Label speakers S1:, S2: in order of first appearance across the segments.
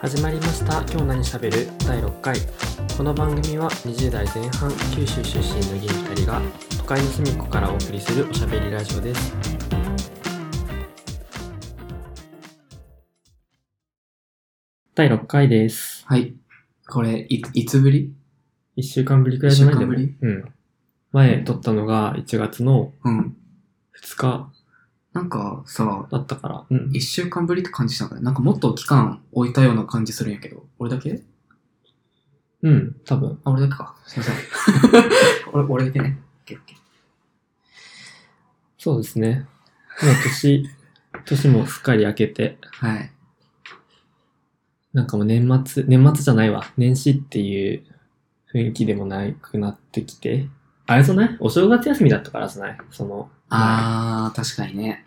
S1: 始まりました「今日何しゃべる」第6回この番組は20代前半九州出身のゲイ2人が都会の隅っこからお送りするおしゃべりラジオです第6回です
S2: はい。これ、い、いつぶり
S1: 1週間ぶりくらいじゃないんだよ
S2: 一
S1: ね
S2: 週
S1: うん前撮ったのが1月の
S2: うん。
S1: 2日
S2: なんかさ、
S1: だったから、うん
S2: 一週間ぶりって感じしたんだね。なんかもっと期間置いたような感じするんやけど。俺だけ
S1: うん、多分
S2: あ、俺だけか。すいません。俺、俺だけね。オッケーオッケー
S1: そうですねもう年年もすっかり明けて
S2: はい。
S1: なんかもう年末、年末じゃないわ。年始っていう雰囲気でもなくなってきて。あれじゃないお正月休みだったからじゃないその、
S2: あー、確かにね。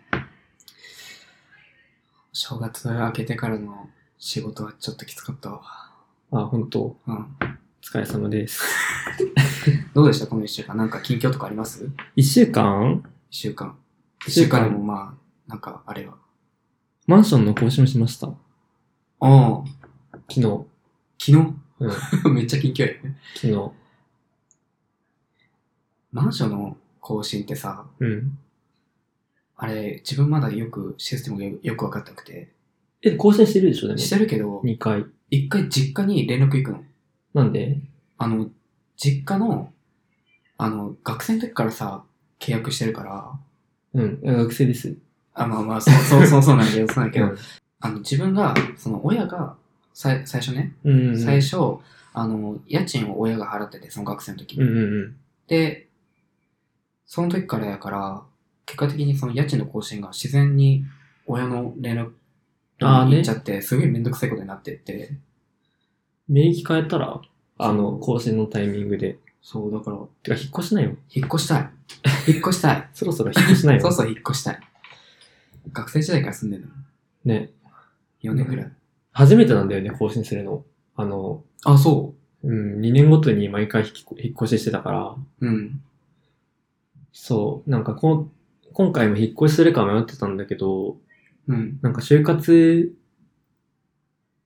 S2: 正月明けてからの仕事はちょっときつかったわ。
S1: あ、本当お
S2: うん。
S1: 疲れ様です。
S2: どうでしたこの一週間。なんか近況とかあります
S1: 一週間
S2: 一週間。一
S1: 一週間
S2: 週間でもまあ、なんかあれは。
S1: マンションの更新をしました。
S2: あー、
S1: 昨日。うん。
S2: 昨
S1: 昨
S2: 日 めっちゃ近況やね。
S1: 日。
S2: マンションの更新ってさ、
S1: うん。
S2: あれ、自分まだよくシステムがよよく分かってなくて、
S1: え、更新してるでしょでも。
S2: してるけど、
S1: 2回。
S2: 一回実家に連絡行くの。
S1: なんで
S2: あの、実家の、あの、学生の時からさ、契約してるから、
S1: うん。学生です。
S2: あ、まあまあ、そう、そう、そう、そうなんだけど、そうなんだけ
S1: う
S2: ど、
S1: ん。
S2: あの、自分が、その、親が、さい最初ね、
S1: うんうん。
S2: 最初、あの、家賃を親が払ってて、その学生の時に。
S1: うんうんうん。
S2: で、その時からやから、結果的にその家賃の更新が自然に親の連絡
S1: あーね
S2: に行っちゃって、すごいめんどくさいことになってって、
S1: 名義変えたら、あの、更新のタイミングで。
S2: そう、だから、
S1: てか、引っ越しなよ。
S2: 引っ越したい。引っ越したい。
S1: そろそろ引っ越しなよ。
S2: そうそう、引っ越したい。学生時代から住んでるの。
S1: ね。
S2: 4年ぐらい。
S1: 初めてなんだよね、更新するの。あの、
S2: あ、そ
S1: うん、2年ごとに毎回引きこ引っ越ししてたから、
S2: う。うん。
S1: そう、なんかこん、今回も引っ越しするか迷ってたんだけど、
S2: うん。
S1: なんか就活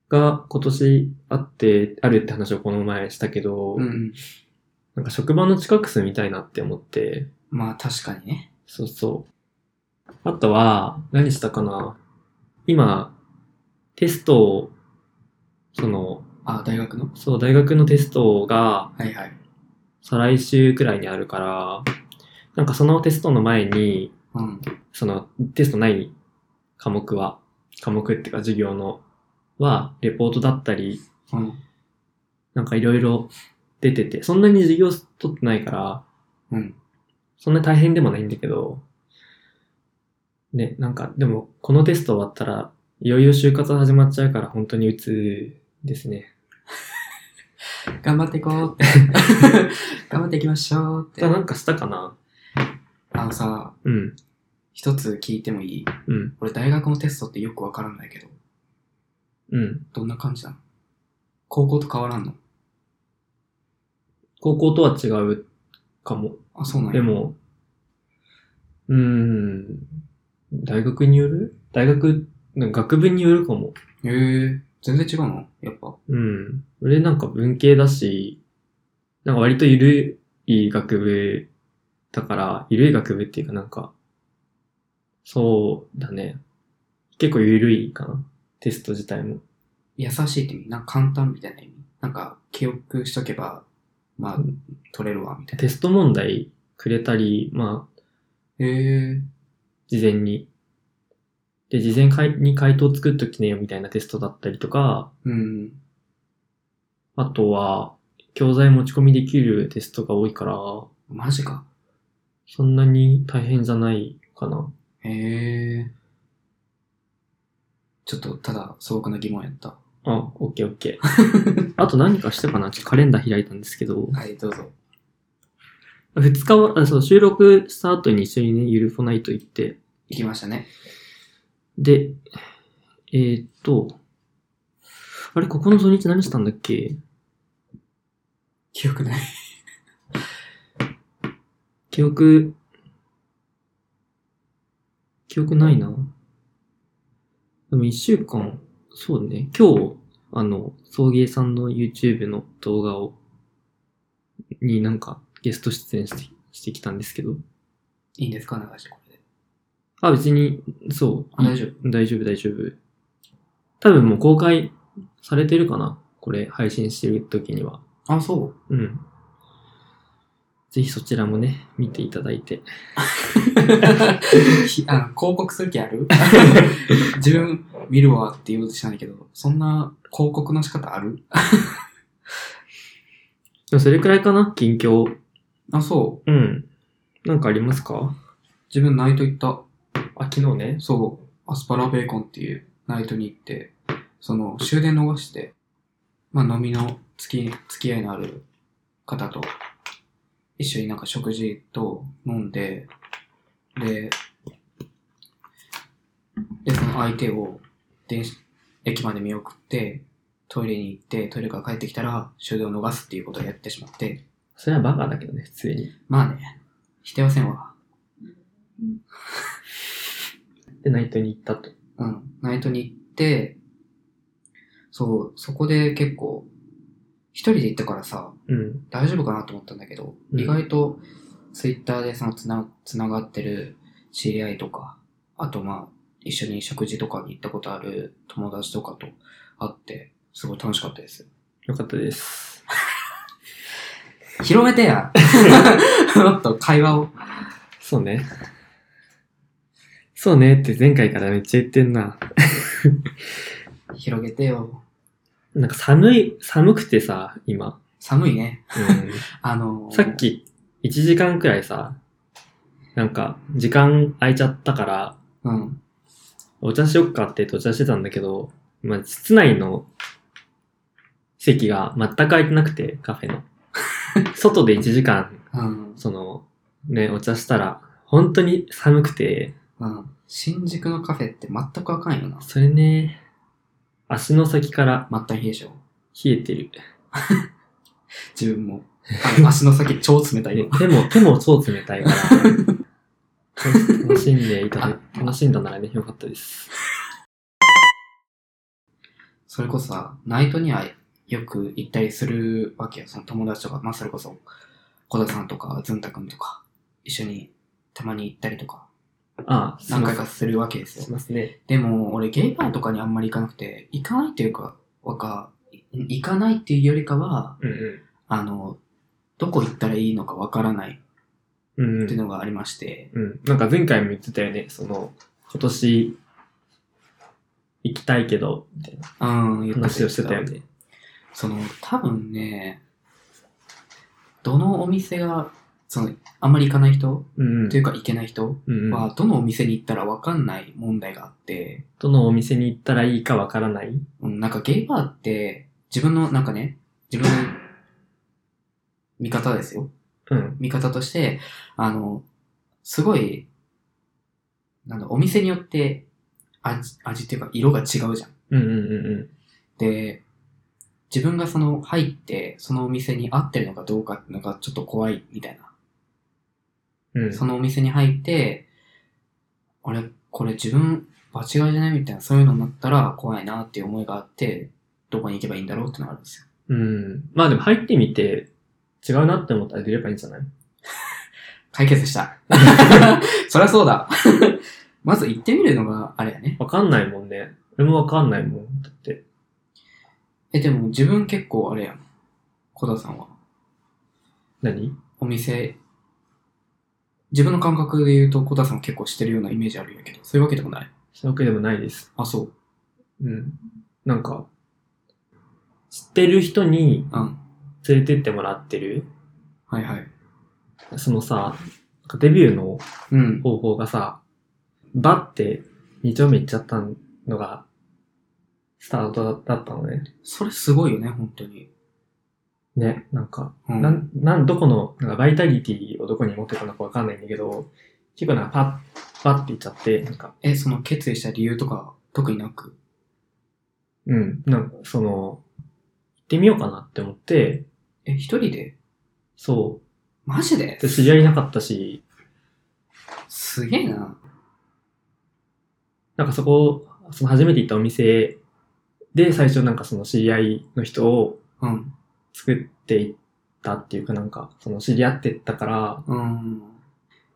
S1: が今年あって、あるって話をこの前したけど、
S2: うんうん。
S1: なんか職場の近く住みたいなって思って、
S2: まあ、確かにね。
S1: そうそう。あとは、何したかな今、テストを、その、
S2: あ、大学の
S1: そう、大学のテストが、
S2: はいはい。
S1: 再来週くらいにあるから、なんかそのテストの前に、
S2: うん。
S1: そのテストない科目は、科目っていうか授業のは、レポートだったり、
S2: うん。
S1: なんかいろいろ出てて、そんなに授業取ってないから、
S2: うん。
S1: そんなに大変でもないんだけど、ね、なんかでもこのテスト終わったら、いよいよ就活始まっちゃうから本当に鬱ですね。
S2: 頑張っていこ うって。頑張っていきましょうって
S1: じゃあ。なんかしたかな
S2: あのさ、
S1: うん、
S2: 一つ聞いてもいい
S1: うん、
S2: 俺大学のテストってよくわからないけど、
S1: うん。
S2: どんな感じなの高校と変わらんの
S1: 高校とは違うかも。
S2: あ、そうなん
S1: で
S2: や。
S1: も、うーん、大学による大学、なんか学部によるかも。
S2: へえ、全然違うのやっぱ。
S1: うん。俺なんか文系だし、なんか割とゆるい学部だから、ゆるい学部っていうかなんか、そうだね。結構ゆるいかな。テスト自体も。
S2: 優しいって意味なんか簡単みたいな意味なんか、記憶しとけば、まあ
S1: う、
S2: 取れるわ、みたいな。
S1: テスト問題くれたり、まあ、
S2: へえ、
S1: 事前に。で、事前回に回答作っときねよみたいなテストだったりとか、
S2: うん。
S1: あとは、教材持ち込みできるテストが多いから、
S2: マジか。
S1: そんなに大変じゃないかな。
S2: へえ。ちょっと、ただ、素朴な疑問やった。
S1: あ、オッケーオッケー。あと何かしたかなちょっとカレンダー開いたんですけど、
S2: はい、どうぞ。
S1: 2日は、あそう、収録した後に一緒にね、ゆるフォナイト行って、
S2: 行きましたね。
S1: で、えー、っと、あれ、ここの土日何したんだっけ
S2: 記憶ない。
S1: 記憶、記憶ないな。でも一週間、そうね。今日、あの、送迎さんの YouTube の動画を、になんかゲスト出演してしてきたんですけど。
S2: いいんですか流してこれで。
S1: あ、別に、そう。
S2: あ大丈
S1: 夫大丈夫、大丈夫。多分もう公開されてるかなこれ、配信してる時には。
S2: あ、そう。
S1: うん。ぜひそちらもね、見ていただいて。
S2: ひ あの広告する気ある 自分見るわって言おうとしたんだけど、そんな広告の仕方ある
S1: でもそれくらいかな近況。
S2: あ、そう。
S1: うん。なんかありますか
S2: 自分ナイト行った。
S1: あ、昨日ね。
S2: そう。アスパラベーコンっていうナイトに行って、その終電逃して、まあ飲みの付き、付き合いのある方と一緒になんか食事と飲んで、で、で、その相手を電車、駅まで見送って、トイレに行って、トイレから帰ってきたら終電を逃すっていうことをやってしまって、
S1: それはバカだけどね、普通に。
S2: まあね、否定はせんわ。
S1: で、ナイトに行ったと。
S2: うん、ナイトに行って、そう、そこで結構、一人で行ったからさ、
S1: うん。
S2: 大丈夫かなと思ったんだけど、
S1: うん
S2: 意外と、ツイッターでそのつな、つながってる知り合いとか、あとまあ、一緒に食事とかに行ったことある友達とかと会って、すごい楽しかったです。
S1: よかったです。
S2: 広めてや もっと会話を。
S1: そうね。そうねって前回からめっちゃ言ってんな。
S2: 広げてよ。
S1: なんか寒い、寒くてさ、今。
S2: 寒いね。
S1: うん。
S2: あ のー
S1: さっ。き、1時間くらいさ、なんか、時間空いちゃったから、
S2: うん。
S1: お茶しよっかって言ってお茶してたんだけど、まあ、室内の席が全く空いてなくて、カフェの。外で1時間、
S2: うん。
S1: その、ね、お茶したら、本当に寒くて、
S2: うん。新宿のカフェって全くあかんよな。
S1: それね、足の先から
S2: 末端冷え性。
S1: 冷えてる。
S2: 自分も。あの足の先超冷たい
S1: ね
S2: よ。
S1: 手も、手も超冷たいから。楽しんでいただ、楽しんだならね、よかったです。
S2: それこそさ、ナイトにはよく行ったりするわけよ。その友達とか、まあそれこそ、小田さんとか、ずんたくんとか、一緒にたまに行ったりとか、
S1: ああ、
S2: 何回かするわけです
S1: し
S2: よ。
S1: ますね。
S2: でも、俺ゲイバーとかにあんまり行かなくて、行かないっていうか、わか、い行かないっていうよりかは、
S1: うんうん。
S2: あの、どこ行ったらいいのかわからない
S1: うん
S2: っていうのがありまして、
S1: うん。なんか前回も言ってたよね、その、今年、行きたいけど、みたいな
S2: うん、言った
S1: 話をしてたよね。
S2: その、多分ね、どのお店が、その、あんまり行かない人
S1: うんうん。
S2: というか行けない人
S1: うんうん
S2: は、どのお店に行ったらわかんない問題があって、
S1: どのお店に行ったらいいかわからない
S2: うん、なんかゲイバーって、自分の、なんかね、自分の味方ですよ。
S1: うん。
S2: 味方として、あの、すごい、なんだ、お店によって味、味っていうか色が違うじゃん。
S1: うんうんうんうん。
S2: で、自分がその入って、そのお店に合ってるのかどうかっていうのがちょっと怖いみたいな。
S1: うん。
S2: そのお店に入って、あれ、これ自分間違いじゃないみたいな、そういうのになったら怖いなっていう思いがあって、どこに行けばいいんだろうってのがあるんですよ。
S1: うん。まあでも入ってみて、違うなって思ったら出ればいいんじゃない
S2: 解決した。 そりゃそうだ。 まず行ってみるのがあれやね。
S1: わかんないもんね。俺もわかんないもん。だって。
S2: え、でも自分結構あれやん。小田さんは。
S1: 何
S2: お店、自分の感覚で言うと小田さん結構してるようなイメージあるんやけど、そういうわけでもない。
S1: したわけでもないです。
S2: あ、そう。
S1: うん。なんか、知ってる人に
S2: うん。
S1: 連れてってもらってる
S2: はいはい。
S1: そのさ、なんかデビューの
S2: うん。
S1: 方法がさ、バって二丁目行っちゃったのが、スタートだったのね。
S2: それすごいよね、本当に。
S1: ね、なんか、
S2: うん。
S1: なん、なん、どこの、なんかバイタリティをどこに持ってたのかわかんないんだけど、結構なんかパバッて行っちゃって、なんか、
S2: え、その決意した理由とか特になく。
S1: うん、なんか、その、行ってみようかなって思って、
S2: え、一人で
S1: そ
S2: マジで
S1: う。で、知り合いいなかったし、
S2: すげえな。
S1: なんかそこ、その初めて行ったお店で、最初なんかその知り合いの人を
S2: うん。
S1: 作っていったっていうかなんか、その知り合ってったから、
S2: うん。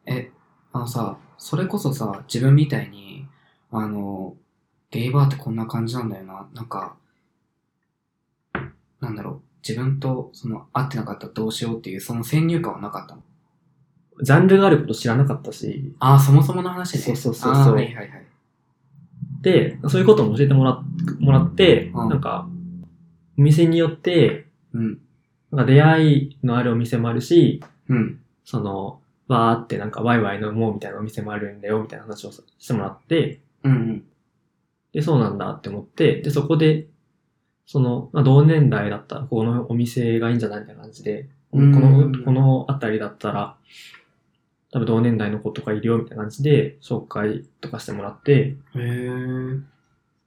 S2: え、あのさ、それこそさ、自分みたいに、あの、ゲイバーってこんな感じなんだよな。なんか、なんだろう。自分と、その、会ってなかったらどうしようっていう、その先入観はなかったの。
S1: ジャンルがあること知らなかったし、
S2: ああ、そもそもの話ね。
S1: そうそうそう
S2: あ
S1: そ
S2: ー
S1: う
S2: はいはいはい。
S1: で、そういうことも教えてもらもらって、
S2: うん
S1: なんか、お店によって、
S2: うん。
S1: なんか出会いのあるお店もあるし、
S2: うん。
S1: その、わーってなんかワイワイ飲もうみたいなお店もあるんだよみたいな話をさしてもらって、
S2: うんうん。
S1: で、そうなんだって思って、で、そこで、その、まあ、同年代だったら、このお店がいいんじゃないみたいな感じで、こ
S2: うん
S1: の、このあたりだったら、多分同年代の子とかいるよみたいな感じで、紹介とかしてもらって、
S2: へえ。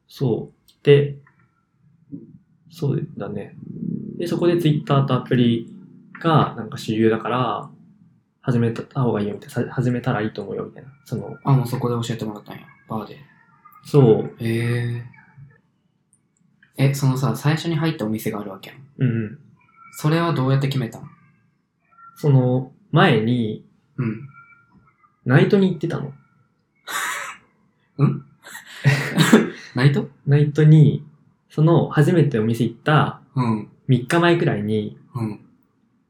S1: そう。で、そうだね。で、そこで Twitter とアプリがなんか主流だから、始めた方がいいよみたいな、さ始めたらいいと思うよみたいな。その、
S2: あ、もうそこで教えてもらったんや。バーで。
S1: そう、
S2: へえ。え、そのさ、最初に入ったお店があるわけやん。
S1: うんうん。
S2: それはどうやって決めたの
S1: その、前に、
S2: うん。
S1: ナイトに行ってたの。
S2: ナイト
S1: ナイトに、その、初めてお店行った
S2: うん。
S1: 3日前くらいに、
S2: うん。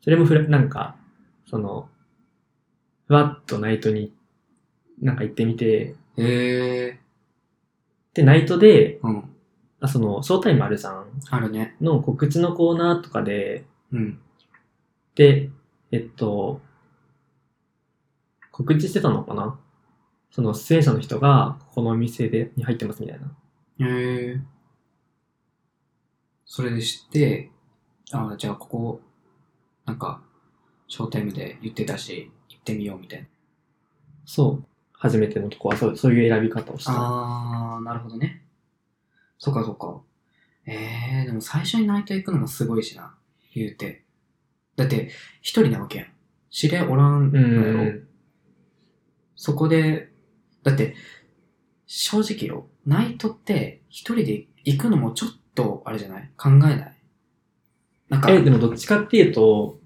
S1: それもふら、なんか、その、ふわっとナイトに、なんか行ってみて、
S2: へえ。
S1: で、ナイトで、
S2: うん。
S1: あその、ショータイムあるじゃん。
S2: あるね。
S1: の告知のコーナーとかで、
S2: うん。
S1: で、えっと、告知してたのかなその出演者の人が、このお店で、に入ってますみたいな。
S2: へえ。それで知って、あじゃあここ、なんか、ショータイムで言ってたし、行ってみようみたいな。
S1: そう。初めてのとこはそう、そういう選び方をした。
S2: あー、なるほどね。そっかそっか。えー、でも最初にナイト行くのもすごいしな、言うて。だって、一人なわけやん。知り合いおらん
S1: う
S2: のやろ。
S1: ん。
S2: そこで、だって、正直よ、ナイトって一人で行くのもちょっと、あれじゃない考えない。なんか、
S1: え、でもどっちかっていうと、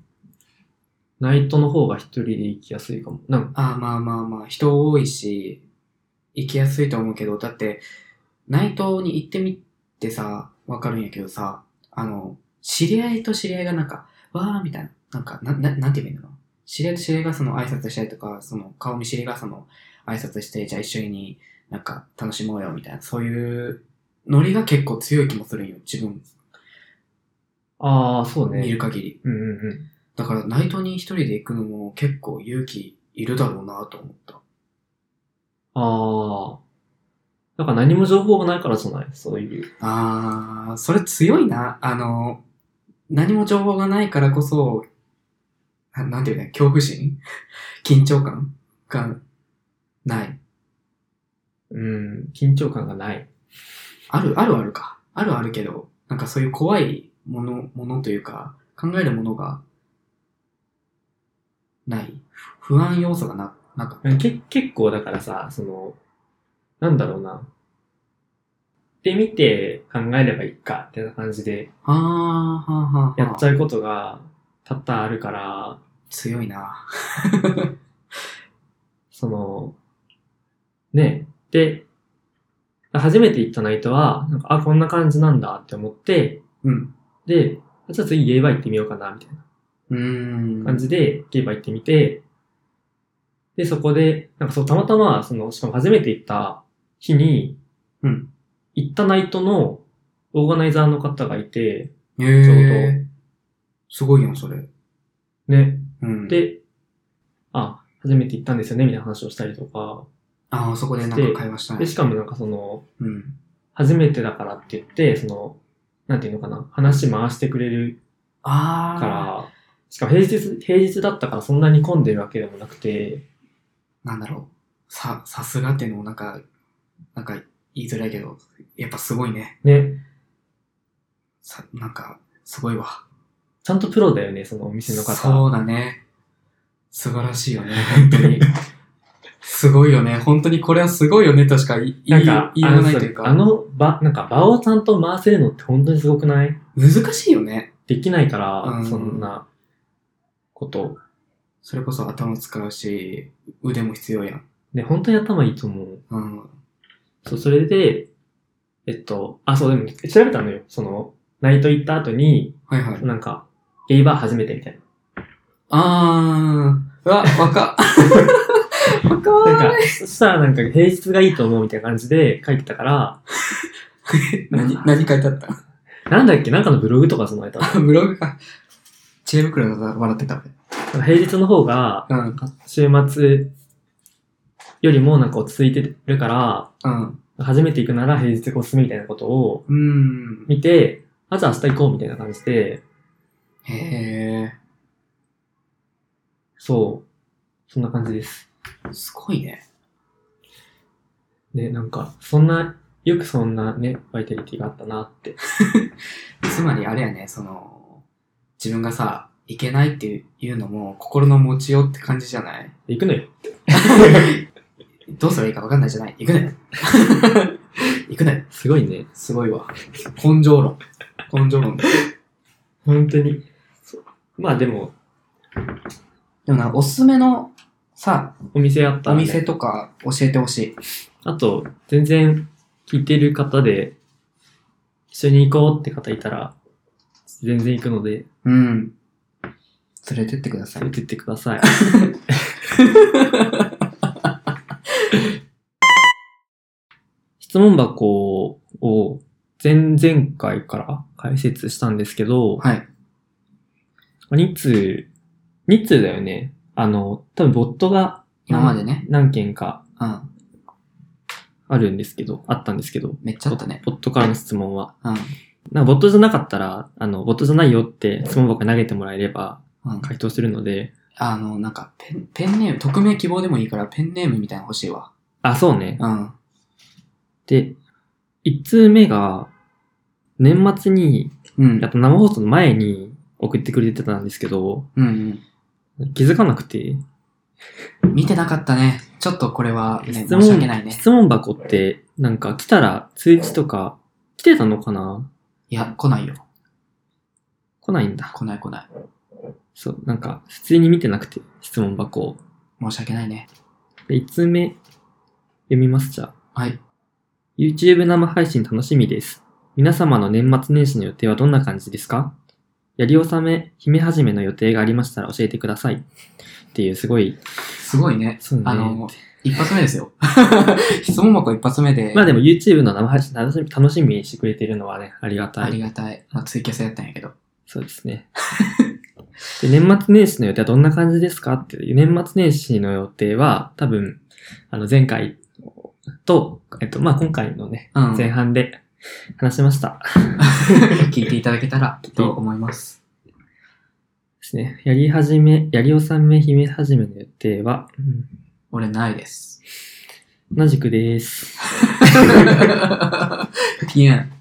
S1: ナイトの方が一人で行きやすいかも。なんか、
S2: あーまあまあまあ、人多いし、行きやすいと思うけど、だって、ナイトに行ってみてさ、わかるんやけどさ、あの、知り合いと知り合いがなんか、わーみたいな、なんか、な、ななんて言えばいいのかな知り合いと知り合いがその挨拶したりとか、その顔見知りがその挨拶して、じゃあ一緒になんか楽しもうよみたいな、そういうノリが結構強い気もするんよ、自分
S1: ああ、そう
S2: 見る
S1: ね。
S2: 限り。
S1: うんうんうん。
S2: だからナイトに一人で行くのも結構勇気いるだろうなと思った。
S1: ああ。だから何も情報がないからじゃないそういう。
S2: あー、それ強いな。あの、何も情報がないからこそ、ななんていうか、恐怖心緊張感がない。
S1: うん。緊張感がない。
S2: ある、あるあるか。あるあるけど、なんかそういう怖いもの、ものというか、考えるものが、ない。ふ不安要素がな、なかった。
S1: うんけ結構だからさ、その、なんだろうな。行ってみて考えればいいか、ってな感じで、
S2: あー、はあはあはあ。
S1: やっちゃうことが多々あるから、
S2: 強いな。
S1: その、ね、で、初めて行ったナイトは、なんかあ、こんな感じなんだって思って、
S2: うん。
S1: で、じゃあ次ゲイバー行ってみようかな、みたいうな
S2: ー
S1: 感
S2: ん。
S1: じで、ゲイバー行ってみて、で、そこで、なんかそう、たまたま、その、しかも初めて行った日に、
S2: うん。
S1: 行ったナイトのオーガナイザーの方がいて、ち
S2: え
S1: ょ
S2: ー
S1: う。
S2: すごいやん、それ。
S1: ね。
S2: うん。
S1: で、あ、初めて行ったんですよね、みたいな話をしたりとか。
S2: ああ、そこでなんか会話した
S1: で、
S2: い
S1: し。かもなんかその、
S2: うん。
S1: 初めてだからって言って、その、なんていうのかな、話回してくれる
S2: ああ。
S1: から、しかも平日、平日だったからそんなに混んでるわけでもなくて、
S2: なんだろう。さ、さすがっていうのもなんか、なんか言いづらいけど、やっぱすごいね。
S1: ね。
S2: さ、なんか、すごいわ。
S1: ちゃんとプロだよね、そのお店の方。
S2: そうだね。素晴らしいよね、本当に。 すごいよね。本当にこれはすごいよねとしか言い
S1: な
S2: 言
S1: ん
S2: い
S1: か、
S2: 言いようがないという
S1: あ
S2: か、
S1: の場、なんか場をちゃんと回せるのって本当にすごくない
S2: 難しいよね。
S1: できないから、
S2: うん
S1: そんなこと。
S2: それこそ頭使うし、腕も必要やん。
S1: で、本当に頭いいと思う。
S2: うん。
S1: そう、それで、えっと、あ、そう、でも調べたのよ。その、ナイト行った後に、
S2: はいはい。
S1: なんか、ゲイバー始めてみたい
S2: あー、うわ、若 っ。
S1: な。なん
S2: 若い。
S1: か、そしたらなんか平日がいいと思うみたいな感じで書いてた から、
S2: 何、何書いてあった
S1: なんだっけ、なんかのブログとかそのやつあっ
S2: あ ブログか。知恵袋が笑ってた。
S1: たなんか平日の方が、
S2: うん、
S1: 週末よりもなんか落ち着いてるから、
S2: うん。
S1: 初めて行くなら平日がおすすめみたいなことを
S2: うん。
S1: 見て、あと明日行こうみたいな感じで、
S2: へ
S1: そう、そんな感じです。
S2: ー、すごいね。
S1: で、なんか、そんな、よくそんなね、バイタリティがあったなって。
S2: つまりあれやね、その、自分がさ、いけないっていういうのも心の持ちようって感じじゃない
S1: 行くのよ。
S2: どうすればいいか分かんないじゃない行くなよ。 行くなよ。
S1: すごいね。
S2: すごいわ。根性論。根性論だ。
S1: 本当に。そうまあでも、
S2: でもな、おすすめのさ、
S1: お店あった
S2: お
S1: らね
S2: 店とか教えてほしい。
S1: あと、全然聞いてる方で、一緒に行こうって方いたら、全然行くので、
S2: うん。連れてってください
S1: 連れ。てってください。 質問箱を前々回から解説したんですけど、
S2: はい。
S1: 2通、2通だよね。あの、多分ボットが
S2: 今までね。
S1: 何件か
S2: うん。
S1: あるんですけど、あったんですけど、
S2: めっちゃあったね。
S1: ボットからの質問は。
S2: うん。
S1: なんかボットじゃなかったら、あの、ボットじゃないよって質問箱に投げてもらえれば
S2: うん、
S1: 回答するので、
S2: あの、なんかペン、ペンネーム、匿名希望でもいいからペンネームみたいなの欲しいわ。
S1: あ、そうね。
S2: うん。
S1: で、1通目が、年末に、
S2: うん。
S1: やっぱ生放送の前に送ってくれてたんですけど、
S2: うん、
S1: 気づかなくて、
S2: うん。見てなかったね。ちょっとこれは、ね、
S1: 質
S2: 申し訳ない
S1: 問、
S2: ね。
S1: 質問箱って、なんか来たら通知とか来てたのかない
S2: や、来ないよ。
S1: 来ないんだ。
S2: 来ない来ない。
S1: そう、なんか普通に見てなくて、質問箱を。
S2: 申し訳ないね。
S1: で、1通目、読みます、じゃあ。
S2: はい。
S1: YouTube 生配信楽しみです。皆様の年末年始の予定はどんな感じですかやり納め、姫始めの予定がありましたら教えてください。っていう、すごい、
S2: すごいね。
S1: そうね。
S2: あの、一発目ですよ。 質問箱一発目で。
S1: まあでも YouTube の生配信楽しみ楽しみにしてくれてるのはね、ありがた
S2: あり
S1: い。
S2: がたい。まあ、ツイキャスやったんやけど。
S1: そうですね。 で年末年始の予定はどんな感じですかっていう、年末年始の予定は多分、あの前回と、えっと、まあ今回のね、
S2: うん。
S1: 前半で話しました。
S2: 聞いていただけたらと思います。
S1: ですね。やり始め、やりおさめ、姫始めの予定は、うん
S2: 俺ないです。
S1: 同じくです。
S2: ピエ ン。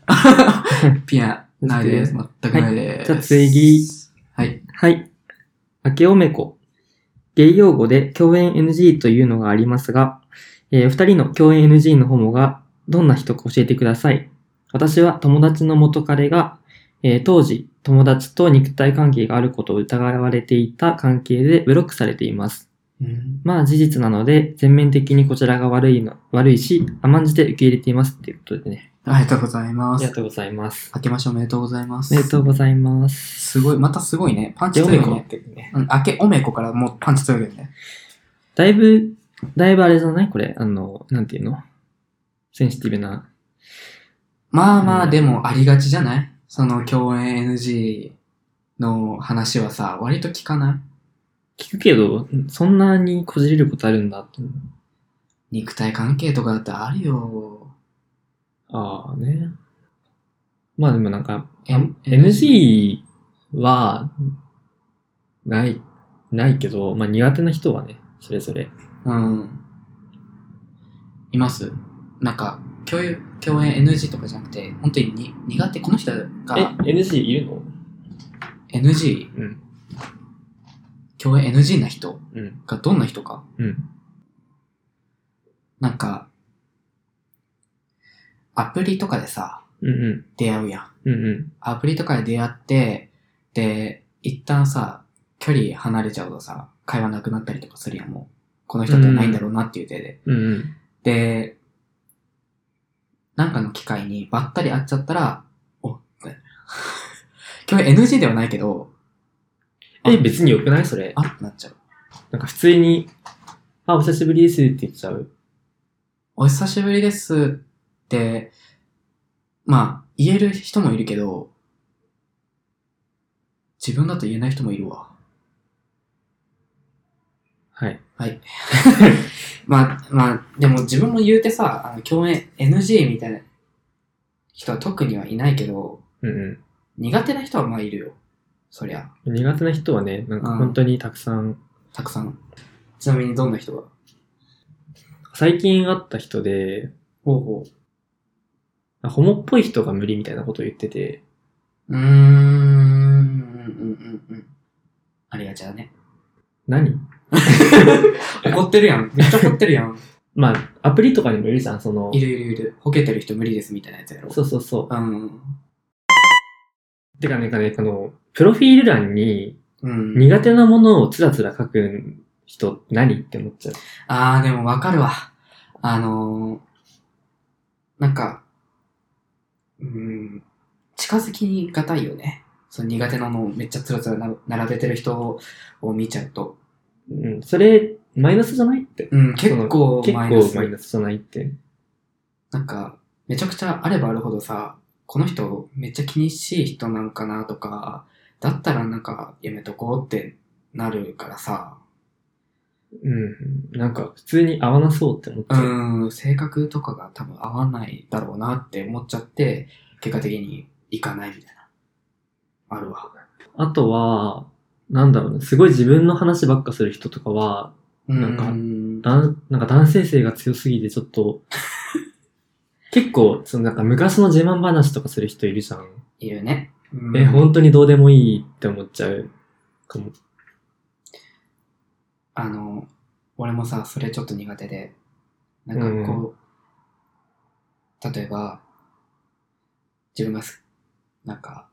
S2: ピエン。ないです。全くないです。
S1: はいじゃあ次。
S2: はい。
S1: はい。明けおめこ。芸用語で共演 NG というのがありますが、えー、二人の共演 NG のホモがどんな人か教えてください。私は友達の元彼が、えー当時友達と肉体関係があることを疑われていた関係でブロックされています。
S2: うん
S1: まあ事実なので全面的にこちらが悪いの、悪いし甘んじて受け入れていますっていうことでね。
S2: ありがとうございま
S1: ありが
S2: す。
S1: とうございます。
S2: 明けましておめでとうございます。
S1: おめでとうございます。
S2: すごい、またすごいね。パンチ
S1: でお
S2: 強
S1: め
S2: いよ
S1: こっ
S2: ね。
S1: てね。
S2: うん、明けおめこからもうパンチ強いよね。
S1: だいぶ、だいぶあれじゃないこれ、あの、なんていうのセンシティブな。
S2: まあまあ、
S1: うん
S2: でもありがちじゃないその共演 NG の話はさ、割と聞かな
S1: 聞くけど、そんなにこじれることあるんだって。
S2: い肉体関係とかだってあるよ。
S1: ああね。まあでもなんか、
S2: N-
S1: NG は、ない、ないけど、まあ苦手な人はね、それぞれ
S2: うん。いますなんか、共有、共演 NG とかじゃなくて、本当にに苦手、この人が
S1: え、NG いるの
S2: NG、
S1: うん
S2: 共演 NG な人
S1: うん。
S2: がどんな人か、
S1: うん。
S2: なんか、アプリとかでさ、
S1: うんうん。
S2: 出会うやん。
S1: うんうん。
S2: アプリとかで出会って、で、一旦さ、距離離れちゃうとさ、会話なくなったりとかするやん、もう。この人とはないんだろうなっていう手で。
S1: うんうん。
S2: で、なんかの機会にばったり会っちゃったら、おって。 今日 NG ではないけど、
S1: え、別に良くないそれ。
S2: あってなっちゃう。
S1: なんか普通に、あ、お久しぶりですって言っちゃう。
S2: お久しぶりですって、まあ、言える人もいるけど、自分だと言えない人もい るわ。
S1: はい。
S2: はい。まあ、まあ、でも自分も言うてさ、あの、共演 NG みたいな人は特にはいないけど、
S1: うん
S2: 苦手な人はまあいるよ。そりゃ、
S1: うん。苦手な人はね、なんか本当にたくさん、
S2: たくさん。ちなみにどんな人が
S1: 最近会った人で、
S2: ほうほ
S1: あホモっぽい人が無理みたいなことを言ってて、
S2: う。うーん、うん、うん、うん。ありがちだね。
S1: 何
S2: 怒ってるやん。めっちゃ怒ってるや ん。
S1: まあ、アプリとかにもいるじゃん、その、
S2: いるいるいる。ほけてる人無理ですみたいなやつやろ。
S1: そうそうそう。
S2: うん。
S1: てかね、かね、この、プロフィール欄に
S2: うん。
S1: 苦手なものをつらつら書く人何って思っちゃう。
S2: あー、でもわかるわ。あのー、なんか、うん、近づきがたいよね。その苦手なのをめっちゃつらつらな並べてる人を見ちゃうと。
S1: うん、それ、マイナスじゃないって。
S2: うん、結構
S1: 結
S2: マイナ
S1: 構
S2: ス
S1: マ。イナスじゃないって。
S2: なんか、めちゃくちゃあればあるほどさ、この人めっちゃ気にしい人なんかなとか、だったらなんかやめとこうってなるからさ、
S1: うん。なんか、普通に合わなそうって思っち
S2: う
S1: ゃう。
S2: ーん、性格とかが多分合わないだろうなって思っちゃって、結果的に行かないみたいな。あるわ。
S1: あとは、なんだろうね、すごい自分の話ばっかする人とかは、なんか
S2: うーん
S1: 男なんか男性性が強すぎてちょっ と、結構、そのなんか昔の自慢話とかする人いるじゃん。
S2: いるね。うん
S1: え、本当にどうでもいいって思っちゃうかも。
S2: あの、俺もさ、それちょっと苦手で、なんかこう、例えば、自分がす、なんか、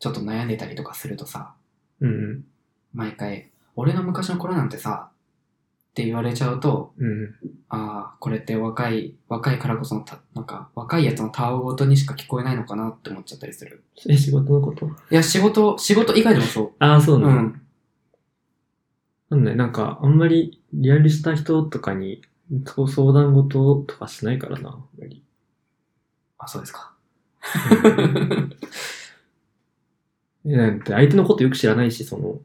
S2: ちょっと悩んでたりとかするとさ、
S1: うん。
S2: 毎回、俺の昔の頃なんてさ、って言われちゃうと、
S1: うん。
S2: ああ、これって若い、若いからこそのた、なんか、若いやつのたわごとにしか聞こえないのかなって思っちゃったりする。
S1: え、仕事のこと
S2: いや、仕事、仕事以外でもそ
S1: ああ、そう
S2: う。
S1: な
S2: う
S1: の、
S2: ん。
S1: なんだよ、なんか、あんまりリアルした人とかに、そう相談事とかしないからな。あんまり
S2: あ、そうですか。
S1: うんえなんて相手のことよく知らないし、その、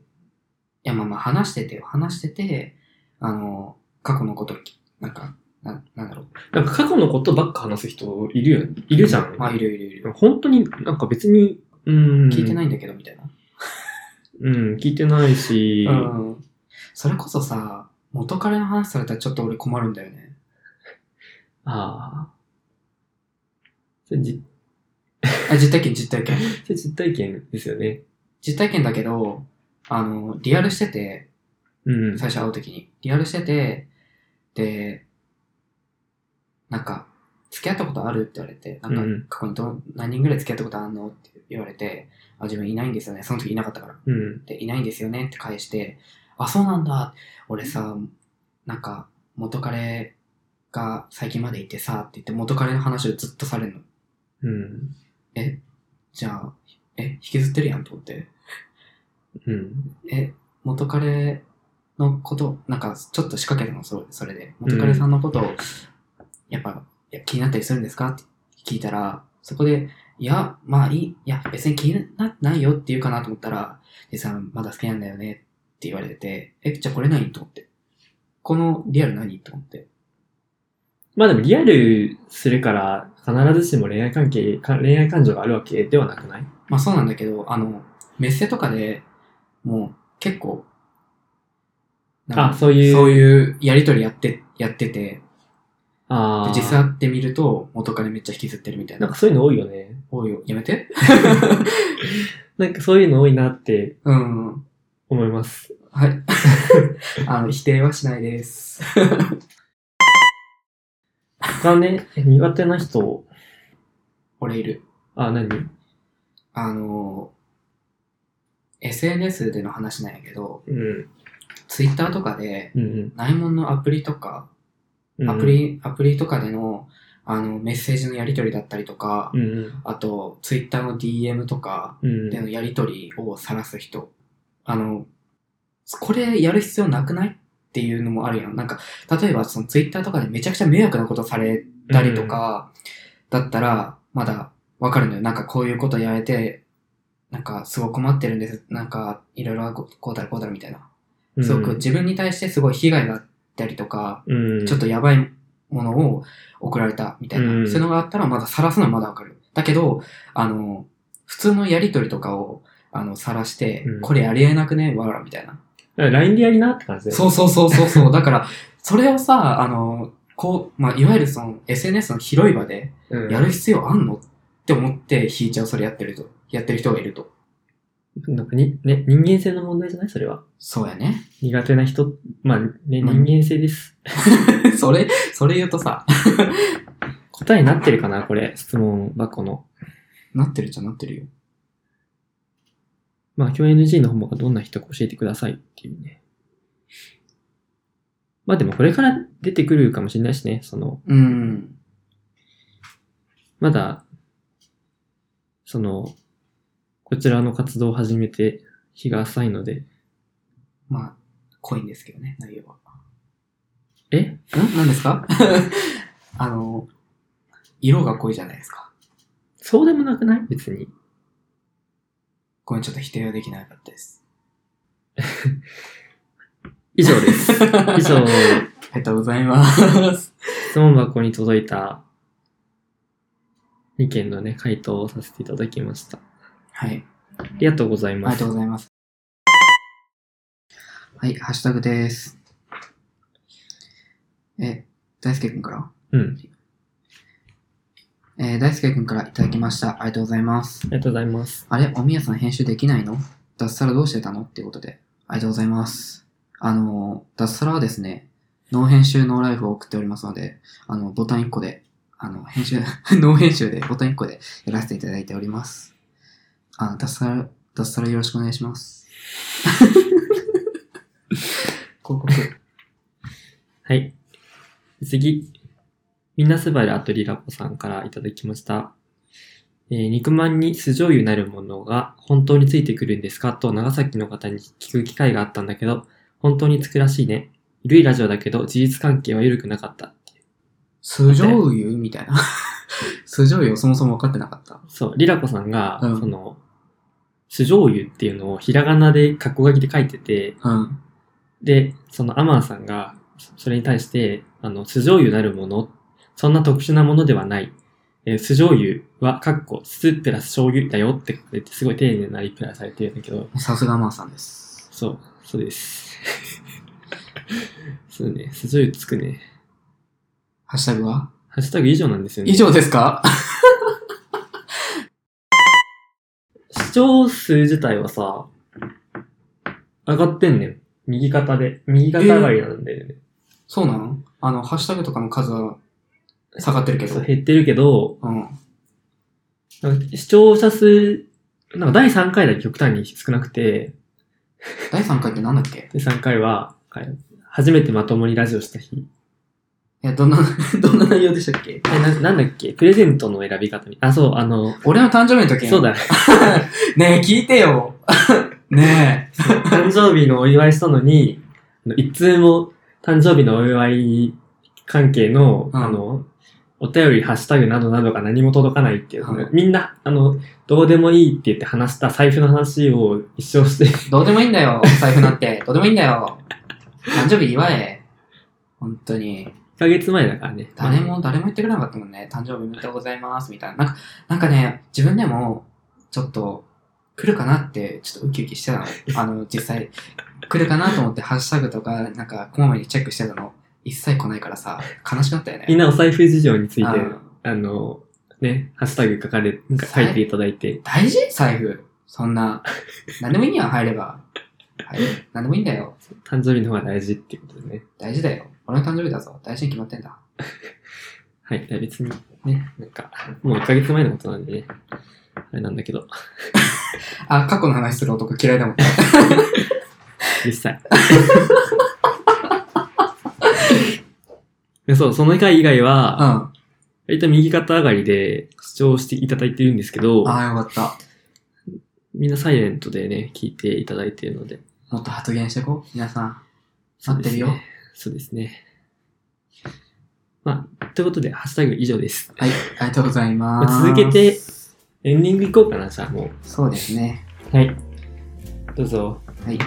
S2: いや、まあまあ話しててよ、話してて、あの、過去のことき、なんか、な、なんだろう。
S1: なんか過去のことばっか話す人いるよ、ね、いるじゃん。
S2: あ、いるいるいる。
S1: 本当になんか別に、うん。。
S2: 聞いてないいんだけど、みたいな。
S1: うん、聞いてないし、
S2: うん。それこそさ、元彼の話されたらちょっと俺困るんだよね。
S1: ああ。それじ
S2: あ、実体験、実体験。
S1: それ実体験ですよね。
S2: 実体験だけど、あの、リアルしてて、
S1: うん。
S2: 最初会うときに。リアルしてて、で、なんか、付き合ったことあるって言われて、な
S1: うんん
S2: か、過去にど、何人ぐらい付き合ったことあんのって言われて、あ、自分いないんですよね。その時いなかったから。
S1: うん。
S2: で、いないんですよねって返して、あ、そうなんだ。俺さ、なんか、元彼が最近までいてさ、って言って元彼の話をずっとされるの。
S1: うん。
S2: え、じゃあ、え、引きずってるやんと思って。
S1: うん。
S2: え、元彼のこと、なんかちょっと仕掛けたの、そそれで。元彼さんのことを、やっぱ、いや気になったりするんですかって聞いたら、そこで、いや、まあいい、いや、別に気になってないよって言うかなと思ったら、でさん、まだ好きなんだよねって言われてて、え、じゃあこれ何と思って。このリアル何と思って。
S1: まあでもリアルするから、必ずしも恋愛関係、か恋愛感情があるわけではなくない
S2: まあそうなんだけど、あの、メッセとかでもう結構、なん
S1: あ、
S2: か
S1: そういう。
S2: そういうやりとりやって、やってて、
S1: ああ。
S2: で実際会ってみると、元彼めっちゃ引きずってるみたい
S1: な
S2: な。
S1: んかそういうの多いよね。
S2: おいよ、やめて。
S1: なんかそういうの多いなって
S2: うん。
S1: 思います。
S2: はい。 あの、否定はしないです。
S1: 他ね、苦手な人、
S2: 俺いる。
S1: あ、何
S2: あの、SNS での話なんやけど、
S1: うん。
S2: Twitter とかで、
S1: うん
S2: 内門のアプリとか、
S1: うん。
S2: アプリ、アプリとかでの、あの、メッセージのやり取りだったりとか、
S1: うんうん。
S2: あと、ツイッターの DM とか
S1: うん。
S2: でのやり取りを晒す人。あの、これやる必要なくないっていうのもあるやん。なんか、例えばそのツイッターとかでめちゃくちゃ迷惑なことされたりとか、だったら、まだわかるのよ。なんかこういうことやられて、なんかすごい困ってるんです。なんか、いろいろここうだろこうだろみたいな。
S1: うん、
S2: すごく自分に対してすごい被害があったりとか、
S1: うん、
S2: ちょっとやばいものを送られたみたいな、
S1: うん
S2: そういうのがあったらまだ晒すのはまだわかる。だけど、あの、普通のやりとりとかを、あの、晒して、
S1: うん
S2: これありえなくねわら、みたいな。
S1: だから LINE でやりなって感じだよね。
S2: そうそうそうそうそう。だから、それをさ、あの、こう、まあ、いわゆるその SNS の広い場で
S1: うん。
S2: やる必要あんのって思って引いちゃう、それやってると。やってる人がいると。
S1: なんかに、ね、人間性の問題じゃないそれは。
S2: そうやね。
S1: 苦手な人、まあ、ね、
S2: うん
S1: 人間性です。
S2: それ、それ言うとさ、
S1: 答えになってるかなこれ、質問箱の。
S2: なってるじゃんなってるよ。
S1: まあ、今日 NG の方がどんな人か教えてくださいっていうね。まあでもこれから出てくるかもしれないしね、その、
S2: うん。
S1: まだ、その、こちらの活動を始めて日が浅いので、
S2: まあ、濃いんですけどね、内容は。
S1: え
S2: ん何ですか あの、色が濃いじゃないですか。
S1: そうでもなくない別に。
S2: ごめん、ちょっと否定はできなかったです。
S1: 以上です。以上、
S2: ありがとうございます。
S1: 質問箱に届いた2件のね、回答をさせていただきました。
S2: はい。
S1: ありがとうござい
S2: あり
S1: ま
S2: が
S1: す
S2: とう。ございます。はい、ハッシュタグです。え、大輔くんから
S1: うん。
S2: えー大輔くんからいただきました。ありがとうございます
S1: あ。りがとうございます。
S2: あれおみやさん編集できないの脱サラどうしてたのっていうことで。ありがとうございます。あの、脱サラはですね、ノー編集ノーライフを送っておりますので、あの、ボタン1個で、あの、編集、 ノー編集でボタン1個でやらせていただいております。あの、脱サラ、脱サラよろしくお願いします。広告。
S1: はい。次。みんなすばるアトリラボさんからいただきました。えー肉まんに酢醤油なるものが本当についてくるんですかと長崎の方に聞く機会があったんだけど、本当につくらしいね。ゆるいラジオだけど事実関係は緩くなかったっていう。
S2: 酢醤油みたい な。酢醤油をそもそも分かってなかった。
S1: そう、リラコさんが、
S2: うん
S1: その、酢醤油っていうのをひらがなでカッコ書きで書いてて、
S2: うん。
S1: で、そのアマンさんが、それに対して、あの、酢醤油なるもの、そんな特殊なものではない。えー酢醤油は、かっこ、酢プラス醤油だよって書いて、すごい丁寧なリプライされてるんだけど、
S2: さすがマーさんです。
S1: そう、そうです。 そうね、酢醤油つくね。
S2: ハッシュタグは
S1: ハッシュタグ以上なんですよね。
S2: 以上ですか
S1: 視聴数自体はさ、上がってんねん。右肩で。右肩上がりなんだよね。
S2: そうなのあの、ハッシュタグとかの数は下がってるけど。
S1: そう減ってるけど、
S2: うん。
S1: なんか視聴者数、なんか第3回だけ極端に少なくて、
S2: 第3回ってなんだっけ
S1: で、3回は、はい初めてまともにラジオした日。
S2: いや、どんな、 どんな内容でしたっけ
S1: え、な、なんだっけプレゼントの選び方に。あ、そう、あの、
S2: 俺の誕生日の時
S1: そう。だ。
S2: ねえ、聞いて よ。ねえ。
S1: 誕生日のお祝いしたのに、あの一通も誕生日のお祝い関係の、
S2: うん
S1: あの、お便り、ハッシュタグなどなどが何も届かないっていう、
S2: うん
S1: みんな、あの、どうでもいいって言って話した財布の話を一生して、
S2: どうでもいいんだよ、財布なんて。どうでもいいんだよ。誕生日祝え。本当に。
S1: 1ヶ月前だからね。
S2: 誰も、誰も言ってくれなかったもんね。誕生日おめでとうございます、みたいな。なんか、なんかね、自分でも、ちょっと、来るかなって、ちょっとウキウキしてたの。あの、実際、来るかなと思って、ハッシュタグとか、なんか、こまめにチェックしてたの。一切来ないからさ、悲しかったよね。
S1: みんなお財布事情について、
S2: うん
S1: あの、ね、ハッシュタグ書かれ、書いていただいて、
S2: 大事財布。そんな。何でもいいやん、入れば。入れ何でもいいんだよ。
S1: 誕生日の方が大事っていうことでね。
S2: 大事だよ。俺の誕生日だぞ。大事に決まってんだ。
S1: はい。いや別にね、なんか、もう1ヶ月前のことなんでね、あれなんだけど、
S2: あ、過去の話する男嫌いだもん。
S1: 実際。でそう、その回以外は、
S2: うん。あ
S1: 割と右肩上がりで視聴していただいてるんですけど、
S2: あ、よかった。
S1: みんなサイレントでね、聞いていただいているので。
S2: もっと発言していこう。皆さん。待ってるよ。
S1: そうですね。まあ、ということで、ハッシュタグ以上です。
S2: はい、ありがとうございます。
S1: 続けて、エンディングいこうかな、じゃあも
S2: そうですね。
S1: う。はい。どうぞ。
S2: はい、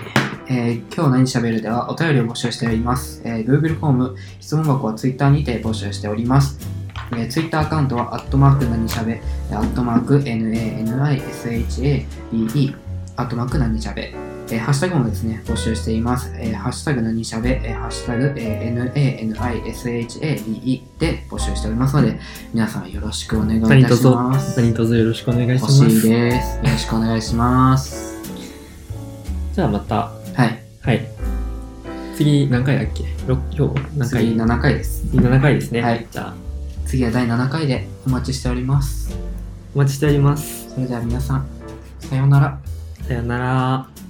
S2: えー今日何喋るではお便りを募集しております、えー Google フォーム質問箱は Twitter にて募集しております、えー Twitter アカウントはアットマーク何しゃべアットマーク NANISHABE アットマーク何しゃべえーハッシュタグもですね、募集しています。えーハッシュタグ何しゃべ、えーハッシュタグ、えー NANISHABE で募集しておりますので、皆さんよろしくお願いい
S1: 何
S2: たし
S1: 卒、
S2: ます。
S1: 何卒よろしくお願いしま
S2: 欲
S1: す。
S2: しいです。よろしくお願いします。
S1: じゃあまた、
S2: はい。
S1: はい。次、何回だっけ六今日何
S2: 次
S1: 回
S2: 7回です。
S1: 次7回ですね。
S2: はい。
S1: じゃあ、
S2: 次は第7回でお待ちしております
S1: お待ちしております。
S2: それでは皆さんさようなら
S1: さよなら。